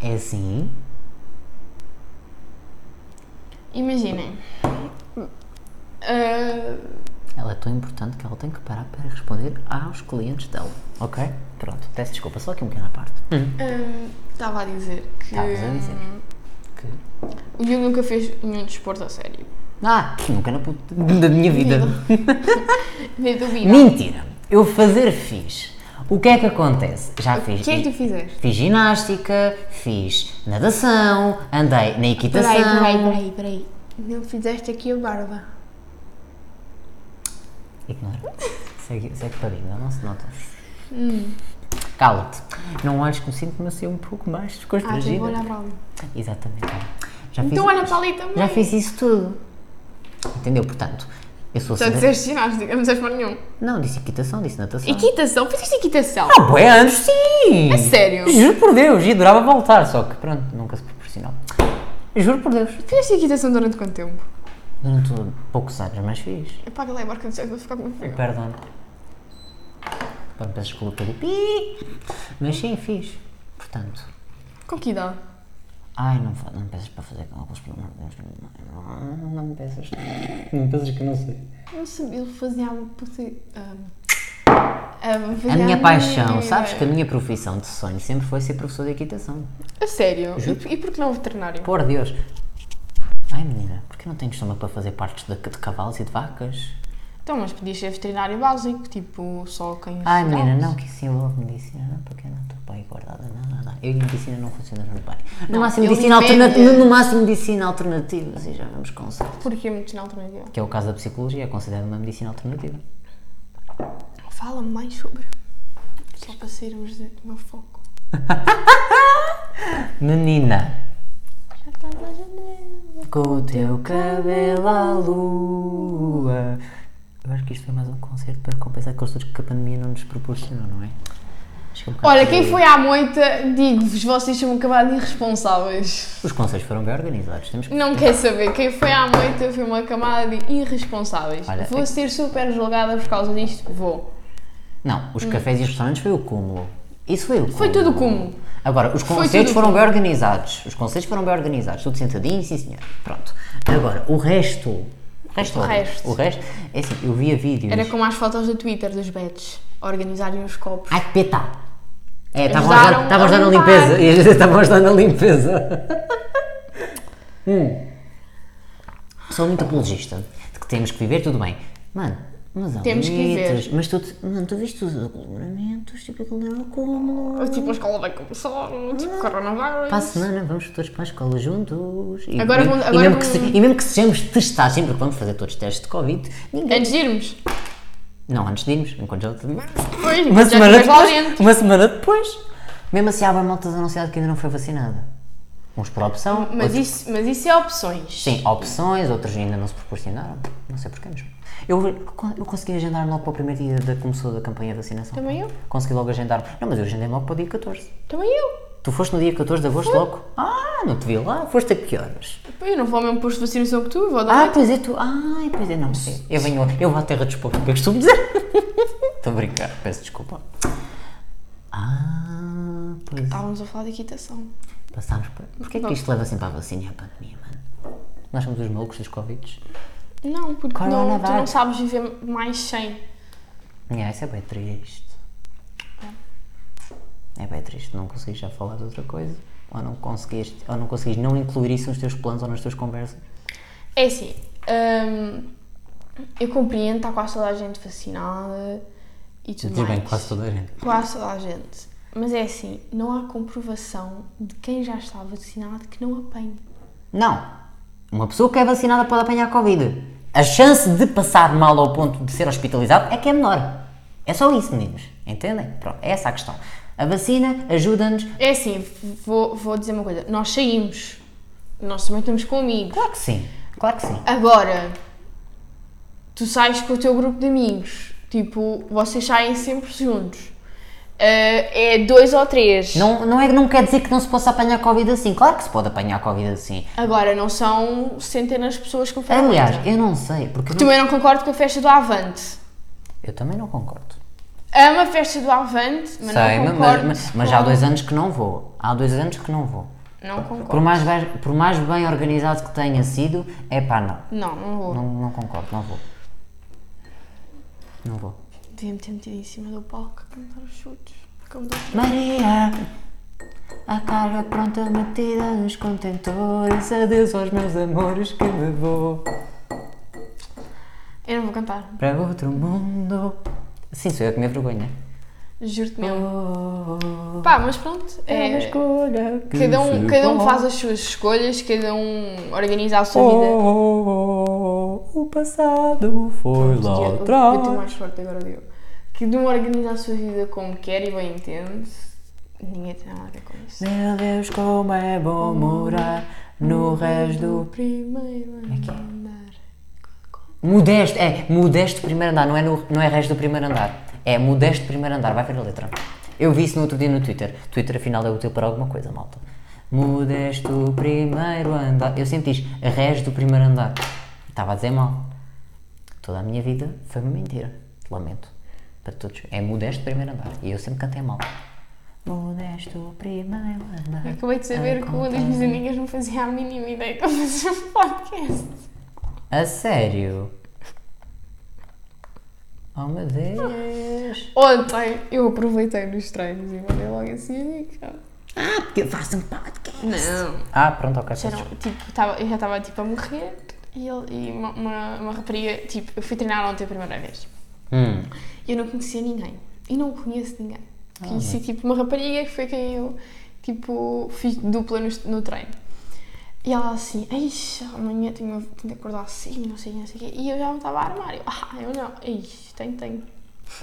É assim.
Imaginem. Ah,
Ela é tão importante que ela tem que parar para responder aos clientes dela. Ok? Pronto, peço desculpa, só aqui um bocadinho à parte.
Hum, Estava a dizer que
Estavas a dizer.
hum,
Que...
o Diogo nunca fez nenhum desporto a sério.
Ah, nunca na puta da minha vida.
Nem duvido.
Mentira! Eu fazer fiz. O que é que acontece? Já
O
fiz.
que é que tu fizeste?
Fiz ginástica, fiz nadação, andei na equitação.
Peraí, peraí, peraí, peraí. Não fizeste aqui a barba.
Ignora. Segue, segue para dentro, não se nota.
Hum.
Cala-te. Não olhes que me sinto, mas eu um pouco mais
Ah, tem que
desconstrangida.
olhar para ali.
Exatamente. Já
Então
fiz,
olha para ali também.
já fiz isso tudo. Entendeu? Portanto, eu sou
Só
cidad-
disseste ginástica, não disseste para nenhum.
Não, disse equitação, disse natação.
Equitação? Fizeste equitação?
Há bué anos, sim!
É sério?
Juro por Deus, e durava voltar, só que pronto, nunca se proporcionou. Juro por Deus.
Fizeste equitação durante quanto tempo?
Durante poucos anos, mas fiz.
Apaga lá a barca do céu, vou ficar com frio.
Perdão. Pá, Peço desculpa pelo pi, mas sim, fiz. Portanto,
Com que idade?
ai, não, fa- não me peças para fazer cálculos, pelo amor de Deus. Não, não me peças. Não me peças que eu não sei.
Não sabia, ele fazia a puta. Ah,
A minha paixão, sabes que a minha profissão de sonho sempre foi ser professor de equitação.
A sério?
Juro.
E, e por que não veterinário?
Por Deus. Ai menina, porque não tenho estômago para fazer partes de, de cavalos e de vacas?
Então, mas podias ser veterinário básico, tipo só quem.
Ai
estudava.
menina, não, que isso envolve medicina, não, porque eu não estou bem guardada, não, não, não. Eu e medicina não funcionamos bem. No
Não,
máximo
eu
medicina,
li média.
alternativa, no máximo medicina alternativa, e já vamos com sorte.
Porquê medicina alternativa?
Que é o caso da psicologia, é considerada uma medicina alternativa.
Fala mais sobre. Só para sairmos do meu foco.
Menina,
Já está na janela.
com o teu cabelo à lua. Eu acho que isto foi mais um concerto para compensar aqueles todos que a pandemia não nos proporcionou, não é? Acho que é um bocado
Olha,
por
quem
aí.
foi à moita, digo-vos, vocês são um cavalo de irresponsáveis.
Os conselhos foram bem organizados, temos que.
Não quer saber, quem foi à moita foi uma camada de irresponsáveis.
Olha,
Vou
é-
ser super julgada por causa disto? Vou.
Não, os cafés e os restaurantes foi o cúmulo. Isso foi o cúmulo.
Foi tudo o cúmulo.
Agora, os
tudo
concertos
o
foram bem organizados. Os concertos foram bem organizados. Tudo sentadinho, sim senhor. Pronto. Agora, o resto. O resto.
O
olha,
resto.
O resto. É assim, eu via vídeos.
Era como as fotos do Twitter dos bets, organizarem os copos.
Ai, que peta! É,
Eles
estavam a ajudar-
daram um
estavam a ajudar
a
na
limpar.
limpeza. *laughs* Estavam a ajudar na limpeza. Hum. Sou muito apologista de que temos que viver, tudo bem. Mano, mas há
Temos que
limites. Mas tu, te- mano, tu viste os aglomeramentos, tipo aquilo não é o cúmulo.
Tipo, a escola vai começar, tipo,
Para a
coronavírus.
semana vamos todos para a escola juntos. E,
Agora
e-
vamos-
e
agora
mesmo que
vamos-
se- e mesmo que sejamos testados, sempre que vamos fazer todos testes de Covid, ninguém.
Antes de irmos.
Não, antes de irmos, enquanto já
Pois,
uma
já é
semana,
estivemos lá
depois,
dentro.
uma semana depois. Mesmo assim, há uma malta anunciado que ainda não foi vacinada. Uns por opção,
Mas
outros,
isso, mas isso é opções.
sim, opções, outros ainda não se proporcionaram. Não sei porquê mesmo. Eu, eu consegui agendar logo para o primeiro dia da começou da campanha de vacinação.
Também eu.
Consegui logo agendar. Não, mas eu agendei logo para o dia 14.
Também eu.
Tu foste no dia 14 de agosto logo? Ah, não te vi lá. Foste a que horas?
Pô, Eu não vou ao mesmo posto de vacinação que tu, eu vou dar.
Ah, pois é, tu. Ah, pois é, não sei. Eu venho. Eu vou à terra dos povos, que eu costumo dizer. *laughs* Estou a brincar, peço desculpa. Ah, pois é.
Estávamos a falar de equitação.
Passámos por. Porquê é que isto leva sempre à vacina e à pandemia, mano? Nós somos os malucos dos Covid.
Não, porque não, tu não
Coronavírus.
sabes viver mais sem.
Yeah, isso é bem triste. É bem triste. Não conseguis já falar de outra coisa. Ou não conseguiste. Ou não conseguis não incluir isso nos teus planos ou nas tuas conversas.
É assim, hum, eu compreendo, está quase toda a gente vacinada e tudo
Diz
mais.
bem, quase toda a gente.
Quase toda a gente. Mas é assim, não há comprovação de quem já está vacinado que não apanhe.
Não. Uma pessoa que é vacinada pode apanhar Covid. A chance de passar mal ao ponto de ser hospitalizado é que é menor. É só isso, meninos. Entendem? Pronto, é essa a questão. A vacina ajuda-nos.
É assim, vou, vou dizer uma coisa, nós saímos, nós também estamos com amigos.
Claro que sim. Claro que sim.
Agora, tu saís com o teu grupo de amigos, tipo, vocês saem sempre juntos. Ah, é dois ou três.
Não, não, é, não quer dizer que não se possa apanhar Covid assim. Claro que se pode apanhar Covid assim.
Agora, não são centenas de pessoas que me falam
Aliás,
contra.
eu não sei, porque eu não-
Também não concordo com a festa do Avante.
eu também não concordo.
Amo a festa do Avante, mas
sei,
não
mas,
concordo.
mas- mas já há
com-
dois anos que não vou. Há dois anos que não vou.
Não concordo.
Por mais, bem- por mais bem organizado que tenha sido, é pá, não.
Não, não vou.
Não, não concordo, não vou. Não vou.
Devia-me ter metido em cima do palco a cantar os chutes. Como dou-
Maria, a carga pronta metida nos contentores. Adeus aos meus amores que me vou
Eu não vou cantar.
para outro mundo. Sim, sou eu que me vergonha.
Juro-te mesmo.
Oh,
Pá, mas pronto.
é uma
É,
escolha. que
cada, um,
se
cada um faz
faz.
as suas escolhas, cada um organiza a
Oh,
sua vida.
oh, oh, o passado foi lá
Eu- Eu estou
atrás.
mais forte agora, Diogo. Cada um organiza a sua vida como quer e bem entende. Ninguém tem nada a ver com isso.
Meu Deus, como é bom morar no resto do É
primeiro andar.
Modesto, é, modesto primeiro andar, não é, no, não é resto do primeiro andar. É modesto primeiro andar, vai ver a letra. Eu vi isso no outro dia no Twitter. Twitter afinal é útil para alguma coisa, malta. Modesto primeiro andar. Eu sempre diz resto do primeiro andar. Estava a dizer mal. Toda a minha vida foi uma mentira. Lamento. Para todos. É modesto primeiro andar. E eu sempre cantei mal. Modesto primeiro andar.
Eu Acabei de
É,
saber que uma das minhas amigas não fazia a mínima ideia que eu fazia um podcast.
A sério? Oh meu Deus!
Ontem eu aproveitei nos treinos e mandei logo assim a dica.
Ah, porque eu faço um podcast!
Não.
Ah, pronto, ok.
Já não-
peço
tipo, tava- eu já estava tipo a morrer e, ele, e uma, uma, uma rapariga, tipo, eu fui treinar ontem a primeira vez.
desculpa. Hum.
Eu não conhecia ninguém. Eu não conheço ninguém.
Ah,
Conheci tipo uma rapariga que foi quem eu tipo fiz dupla no, no treino. E ela assim, eixa, amanhã tenho, tenho de acordar assim, não sei, não sei o quê. E eu já me estava a armar. Eu, ah, eu não. Eixa, tenho, tenho. *laughs*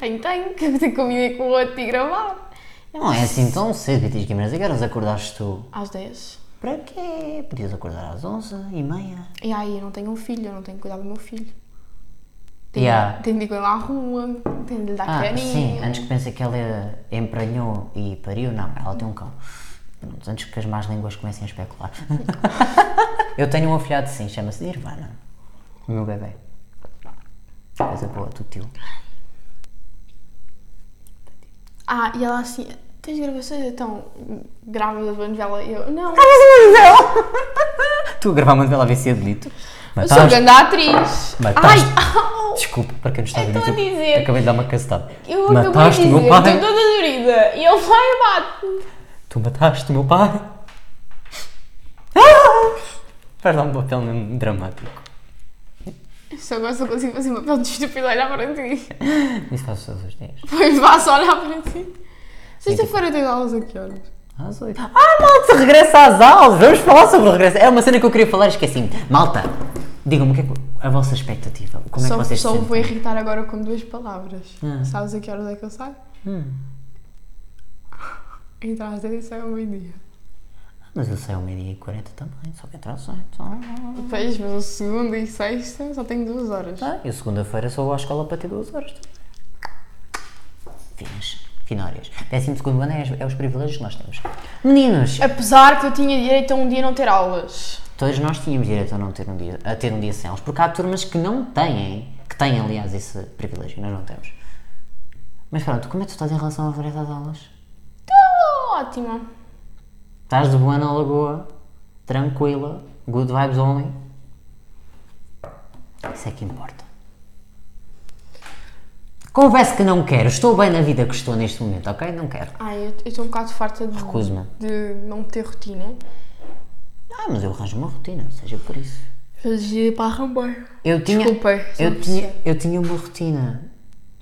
Tenho, tenho, que eu tenho comida com o outro e gravar.
Não é assim tão cedo, Beatriz Guimarães. A que horas acordaste tu?
Às 10.
Para quê? Podias acordar às 11 e meia.
E aí, eu não tenho um filho, eu não tenho que cuidar do meu filho. Tenho,
Yeah.
tenho de ir com ele à rua, tenho de lhe dar
Ah,
carinho.
sim, antes que pensem que ela emprenhou e pariu, não, ela tem um cão. Pronto, antes que as más línguas comecem a *laughs* especular. Eu tenho um afilhado sim, chama-se Nirvana. O meu bebê. Coisa boa, do tio.
Ah, e ela assim, tens gravações? Então, grávida da novela? E eu, não,
Tu a gravar uma novela havia bonito.
eu sou grande atriz. Ai,
Mataste.
au,
Desculpa, para quem não está a ver
Então
isto,
a dizer-
Acabei de dar uma cacetada.
eu acabei de
Mataste o
dizer,
meu
estou toda
pai.
dorida. E ele vai e bate.
Tu mataste o meu pai. Ah! Faz lá um papel mesmo dramático.
Eu Só agora só consigo fazer uma pele de estúpido olhar para ti.
Isso faz todos os dias.
Pois vá só olhar para ti. Sexta-feira tem aulas a que horas?
Às oito. Ah, malta, regressa às aulas! Vamos falar sobre o regresso. É uma cena que eu queria falar e esqueci-me. Malta, digam-me o que é que- a vossa expectativa. Como é que
Só,
vocês se
só o
sentem?
vou irritar agora com duas palavras.
Hum.
Sabes a que horas é que eu saio?
Hum.
Entrar às é 10 e saio ao meio-dia.
Mas eu saio ao meio-dia e 40 também, só que então, entro às oito.
Pois, mas a segunda e sexta só tenho duas horas.
Ah, eu segunda-feira só vou à escola para ter duas horas. Finas. Finórias. Décimo segundo ano é, as- é os privilégios que nós temos. Meninos,
Apesar que eu tinha direito a um dia não ter aulas.
Todos nós tínhamos direito a, não ter um dia, a ter um dia sem aulas, porque há turmas que não têm, que têm aliás esse privilégio, nós não temos. Mas pronto, como é que tu estás em relação a regresso às aulas?
Tô Tá ótima.
Estás de boa na lagoa, tranquila, good vibes only? Isso é que importa. Confesso que não quero, estou bem na vida que estou neste momento, ok? Não quero.
Ai, eu estou um bocado farta de,
Recuso-me.
de não ter rotina.
Ah, mas eu arranjo uma rotina, seja por isso.
Fazia para arrombar.
Eu tinha,
Desculpa,
eu
sou
tinha, eu tinha uma rotina.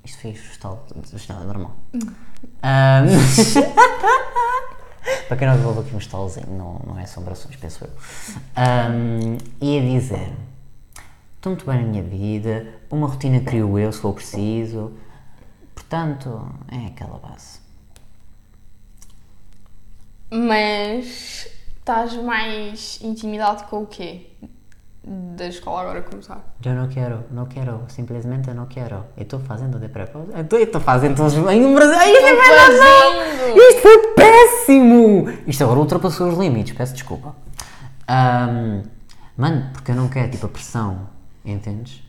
Isto foi gestal, gestal é normal.
Hum. *laughs*
Ahm, para quem não viu, houve aqui um estalzinho, não, não é assombrações, penso eu. Ahm, ia dizer: estou muito bem na minha vida, uma rotina crio eu se for preciso, portanto, é aquela base.
Mas estás mais intimidado com o quê? Da escola agora começar.
Eu não quero, não quero, simplesmente eu não quero. Eu estou fazendo de propósito. Eu estou fazendo todos os. Ai, mas- ai,
Tô
mas-
fazendo!
Isto foi péssimo! Isto agora ultrapassou os limites, peço desculpa. Ahm, mano, porque eu não quero, tipo, a pressão, entendes?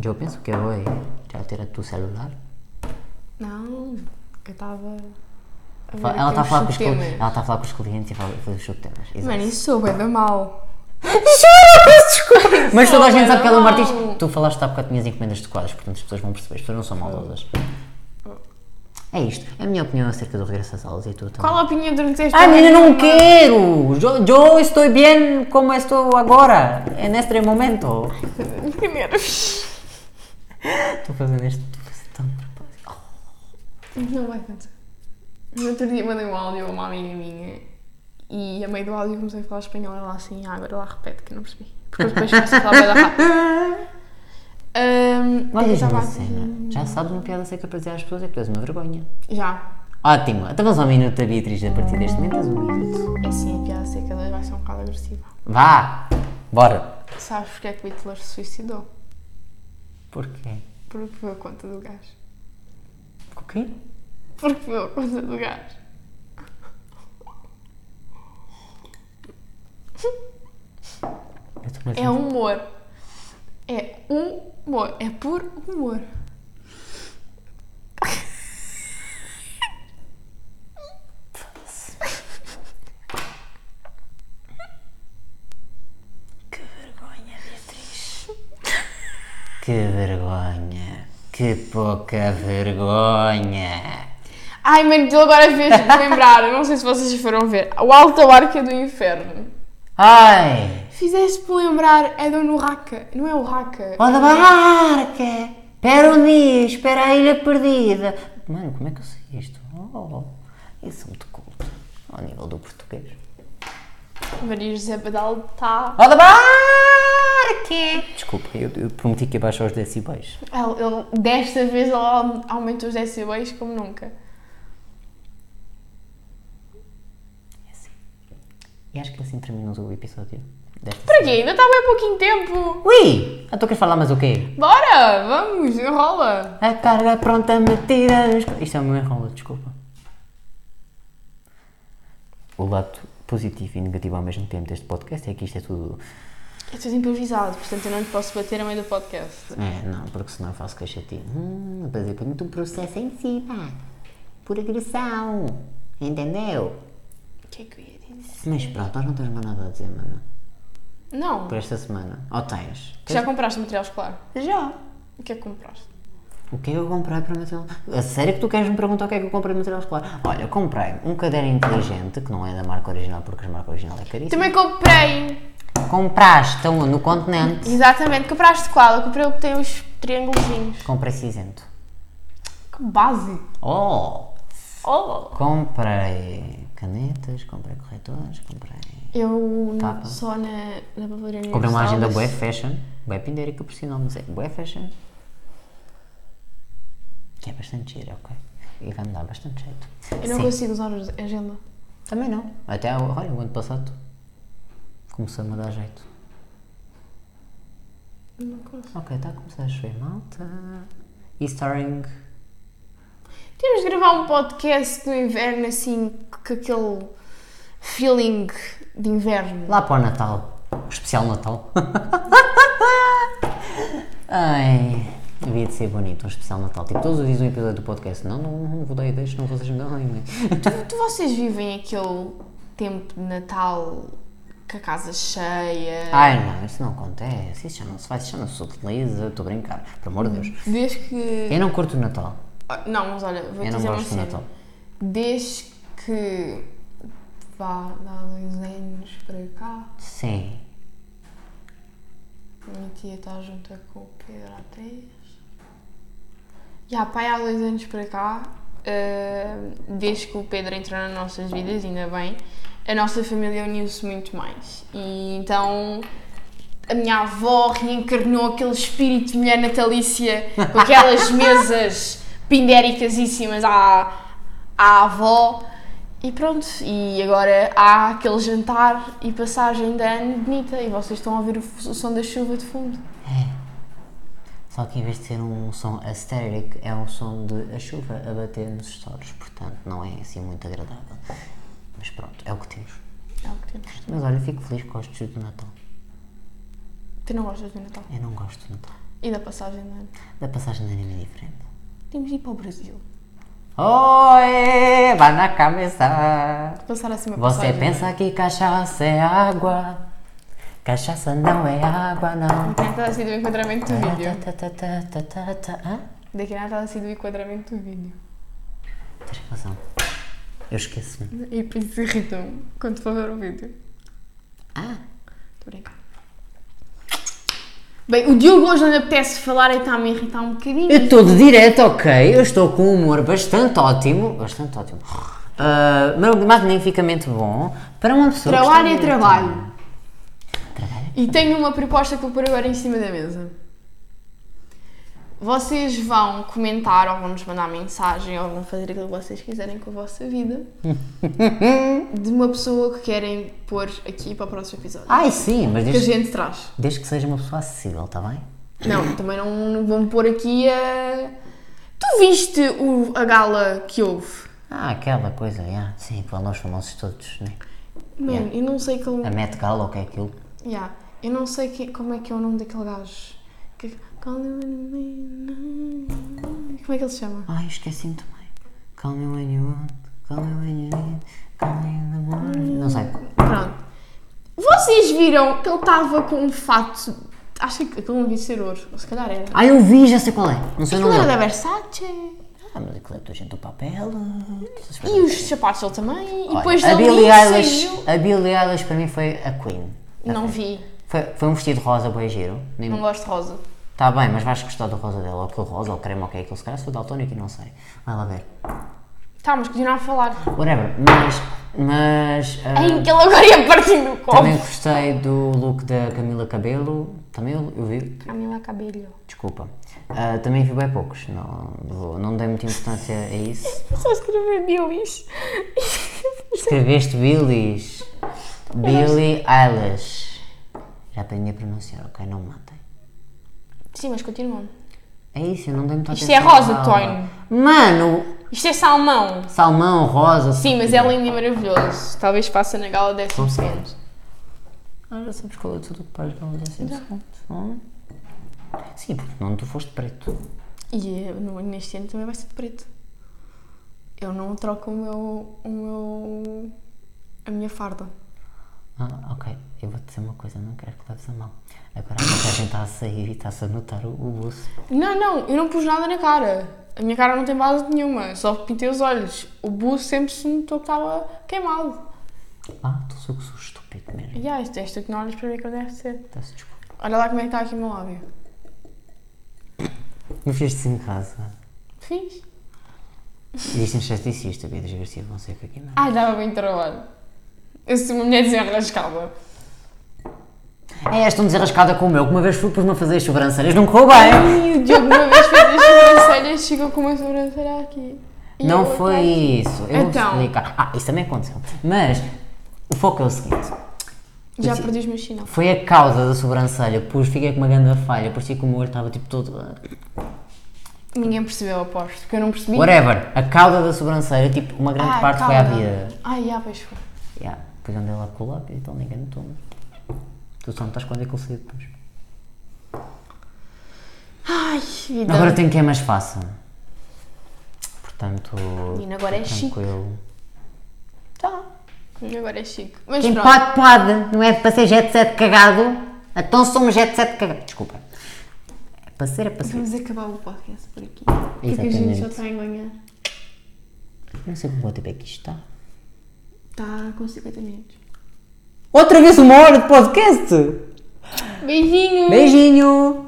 Eu penso que eu vou já ter a teu celular.
Não, eu estava. a ver
Ela está a
aqueles
falar com os cli-
subtemas.
ela está a falar com os clientes e fala- fazer os subtemas. exato.
Mano, isso sou bem da mal.
Juro, peço desculpa. Mas toda a
Não,
gente sabe que ela é uma
não.
artista. Tu falaste há bocado que tinhas encomendas de quadros, portanto as pessoas vão perceber, as pessoas não são maldosas. É isto. É a minha opinião acerca do regresso às aulas e tu também.
Qual é a opinião durante este
Ai,
ano?
menina, não quero! Eu, eu estou bem como estou agora, É neste momento.
*laughs* Que nervos.
Estou fazendo isto estou fazendo tão de propósito.
Não vai acontecer. No outro dia mandei um áudio a uma amiga minha e a meio do áudio comecei a falar espanhol e ela assim, ah, agora lá repete que eu não percebi. Porque eu depois começo a falar bem da
*laughs*
rápido. Ahm,
Mas
Ah, eu
diz-me
estava
uma
a dizer-
cena. Já sabes uma piada seca para dizer às pessoas é que tu és uma vergonha.
Já.
Ótimo. Então vamos ao minuto da Beatriz. A partir deste momento és um minuto.
É assim, a piada seca 2 vai ser um bocado agressiva.
Vá! Bora!
Sabes porque é que o Hitler se suicidou?
Porquê?
Porque foi a conta do gás.
O quê?
Porque foi a conta do gás.
Eu estou
É humor. É humor. É puro humor.
Ai, Que vergonha. Que pouca vergonha.
Ai, mano, tu agora fez me lembrar, eu não sei se vocês foram ver, o Alto Arca do Inferno.
Ai!
Fizeste-me lembrar, é do Urraca, não é o Urraca?
Roda barca! Espera um dia, espera a ilha perdida. Mano, como é que eu sei isto? Oh, eu sou muito culto. Ao nível do português.
Maria José Badal está...
Roda barca! é. Desculpa, eu, eu prometi que ia baixar os decibéis.
Ele- ele- Desta vez ela aumentou os decibéis como nunca.
E acho que assim terminamos o episódio. Desta
Para quê? Ainda está bem pouquinho tempo.
Ui! Eu estou a falar mais o quê?
Bora, vamos, enrola.
A carga pronta metida nos... co- Isto é o meu enrolo, desculpa. O lado positivo e negativo ao mesmo tempo deste podcast é que isto é tudo...
É tudo improvisado, portanto eu não te posso bater a meio do podcast.
É, não, porque senão eu faço queixa de ti. Hum, por exemplo, muito processo em cima. Por agressão. Entendeu?
O que é que eu ia dizer?
Mas pronto, nós não temos mais nada a dizer, mano.
Não,
Por esta semana. Ou tens?
já compraste material escolar.
Já.
O que é que compraste?
O que é que eu comprei para material? A sério que tu queres me perguntar o que é que eu comprei para material escolar? Olha, comprei um caderno inteligente, que não é da marca original, porque a marca original é caríssima.
Também comprei.
Compraste um no continente.
Exatamente, compraste qual? Eu comprei o que tem os triângulozinhos.
Comprei cinzento.
Que base.
Oh!
Oh.
Comprei eh, canetas, comprei corretores, comprei.
Eu
Tá, tá.
só na, na papelaria universal.
Comprei uma agenda
mas-
Bué Fashion. Bué Pindérica, por sinal, mas é Bué Fashion. Que é bastante giro, ok? E vai me dar bastante jeito.
Eu não
Sim.
consigo usar a agenda.
Também não. Até, ao- olha, o ano passado começou-me a dar jeito.
Não consigo.
Ok, está a começar a chover, malta. E starring.
Temos de gravar um podcast no inverno assim, com aquele feeling de
*laughs*
inverno.
Lá para o Natal. O especial Natal. *laughs* Ai. Havia de ser bonito, um especial Natal. Tipo, todos os dias um episódio do podcast. Não, não, não vou dar ideias, senão vocês né? me dão raiva.
Tu vocês vivem aquele tempo de Natal com a casa cheia?
Ai não, isso não acontece. Isso já não se faz, isso já não se utiliza. Estou a brincar, por amor de Deus.
Desde que.
Eu não curto o Natal.
Não, mas olha, vou
Eu não
dizer uma
gosto do
cena.
Natal.
Desde que. vá, dá dois anos para cá,
Sim.
minha tia está junta com o Pedro há três. E há pai há dois anos para cá, ah, desde que o Pedro entrou nas nossas vidas, ainda bem, a nossa família uniu-se muito mais. E então. A minha avó reencarnou aquele espírito de mulher natalícia com *laughs* aquelas mesas pindéricasíssimas à, à avó. E pronto, e agora há aquele jantar e passagem de ano bonita e vocês estão a ouvir o, f- o som da chuva de fundo.
Só que em vez de ser um som aesthetic, é um som de a chuva a bater nos estores. Portanto, não é assim muito agradável. Mas pronto, é o que temos.
É o que temos.
Mas olha, fico feliz que gostes do Natal.
Tu não gostas do Natal
Eu não gosto do Natal.
e da passagem de ano.
Da passagem de anime é diferente.
Temos de ir para o Brasil.
Oi, vai na cabeça.
Passar assim uma
Você
passagem. de ano.
pensa que cachaça é água. Cachaça não é água, não.
Daqui a nada está a ser do enquadramento do vídeo.
Tá, tá, tá, tá, tá, tá. Hã?
Daqui a nada está a ser do enquadramento do vídeo.
Tens razão. Eu esqueço-me.
E por isso irritam quando for ver o vídeo.
Ah,
Estou brincando. Bem, o Diogo hoje não lhe apetece falar e está-me a irritar um bocadinho.
Eu estou de direto, ok. Eu estou com um humor bastante ótimo. Bastante ótimo. Ah, mas magnificamente bom para uma pessoa. que está
Trabalho é
direto.
trabalho.
Trabalho?
E tenho uma proposta que vou pôr agora em cima da mesa. Vocês vão comentar ou vão nos mandar mensagem ou vão fazer aquilo que vocês quiserem com a vossa
*laughs*
vida de uma pessoa que querem pôr aqui para o próximo episódio.
Ai sim, mas
Que a
desde,
gente traz.
desde que seja uma pessoa acessível, está bem?
Não, também não, não vão pôr aqui a. Tu viste o- a gala que houve?
Ah, aquela coisa, yeah. sim, para nós famosos todos, né?
Mano, eu não sei como.
A Met Gala, o que é aquilo?
Yeah. Eu não sei que- como é que é o nome daquele gajo. Que- é Como é que ele se chama?
Ai, esqueci-me também. Call me when you want, call me when you need, call me in the morning. Não sei.
Pronto. Vocês viram que ele estava com um fato Acho que aquilo não devia ser ouro. Ou se calhar era.
Ah, eu vi, já sei qual é. Não sei
Aquilo
o nome
era da
dele.
Versace.
Ah, mas aquilo é do gente do papel.
E os sapatos dele também. E depois
a
dele
Billie
nem
Eilish,
saiu.
a Billie Eilish para mim foi a Queen.
Não vi.
Foi, foi um vestido rosa bem giro. Nem-
Não gosto de rosa.
Tá bem, mas vais gostar do rosa dela, ou aquele rosa, ou creme, ou o que é aquilo. Se calhar sou daltónico e não sei. Vai lá ver.
Tá, mas continuar a falar.
Whatever, mas. Mas. ah,
Ai, que ele agora ia partir do copo.
também gostei do look da Camila Cabelo. Também eu, eu vi.
Camila Cabello.
Desculpa. Ah, também vi bem poucos. Não, vou- não dei muita importância
*laughs*
a isso.
Só escrever *laughs* Billies.
Escreveste Billies. Billie Eilish. Já aprendi a pronunciar, ok? Não me matem.
Sim, mas continuam.
É isso, eu não dei muita
Isto é rosa, Toine.
Mano!
Isto é salmão.
Salmão, rosa.
Sim, mas é lindo e maravilhoso. Talvez faça na gala 10
Não sei.
segundos.
Ah, já sabes qual é tudo que pares para assim Sim, porque não tu foste preto.
E eh, no- neste ano também vai ser de preto. Eu não troco o meu. O meu a minha farda.
Ah, ok. Eu vou te dizer uma coisa, não quero que leves a mal. Agora a maquiagem está a sair e está-se a notar o, o buço.
Não, não, eu não pus nada na cara. A minha cara não tem base nenhuma, só pintei os olhos. O buço sempre se notou que estava queimado.
Ah, tu sou que sou estúpido mesmo.
E yeah, isto, é esta que não olhas para ver como deve ser.
Peço desculpa.
Olha lá como é que está aqui o meu lábio.
Não fizeste isso em casa.
Fiz.
Existem estatísticas, Beatriz Garcia Fonseca aqui é não.
Ai, dava bem trabalho. Eu sou uma mulher desenrascada.
É, és tão desarrascada como eu, que uma vez fui pus-me a fazer as sobrancelhas, não correu bem.
E o Diogo uma vez fez as sobrancelhas, chegou com uma sobrancelha aqui. E
Não
eu
foi
atrás.
isso. Eu
Então.
vou explicar. Ah, isso também aconteceu. Mas o foco é o seguinte.
Já perdi os meus sinais.
Foi a causa da sobrancelha, pus, fiquei com uma grande falha, parecia que o meu olho estava tipo todo.
Ninguém percebeu, aposto, porque eu não percebi.
Whatever, a cauda da sobrancelha, tipo, uma grande
Ai,
parte foi à
calma.
vida.
Ai, já, pois foi.
Yeah. Depois andei lá com o lápis, então ninguém me toma. Tu só me estás quando é que ele saiu depois.
Ai, vida.
Agora tenho que é mais fácil. Portanto.
Nina, agora é chique.
tranquilo.
Tá. Agora é chique. Mas
Quem
pronto.
pode, pode, não é para ser jet set cagado, então somos jet set cagado. Desculpa. É para ser, é para ser.
Vamos acabar o podcast por aqui. Porque a gente
Exatamente.
já está a enganhar.
Não sei como tempo é que isto está.
Está Tá com 50 minutos.
Outra vez uma hora de podcast!
Beijinhos!
Beijinho!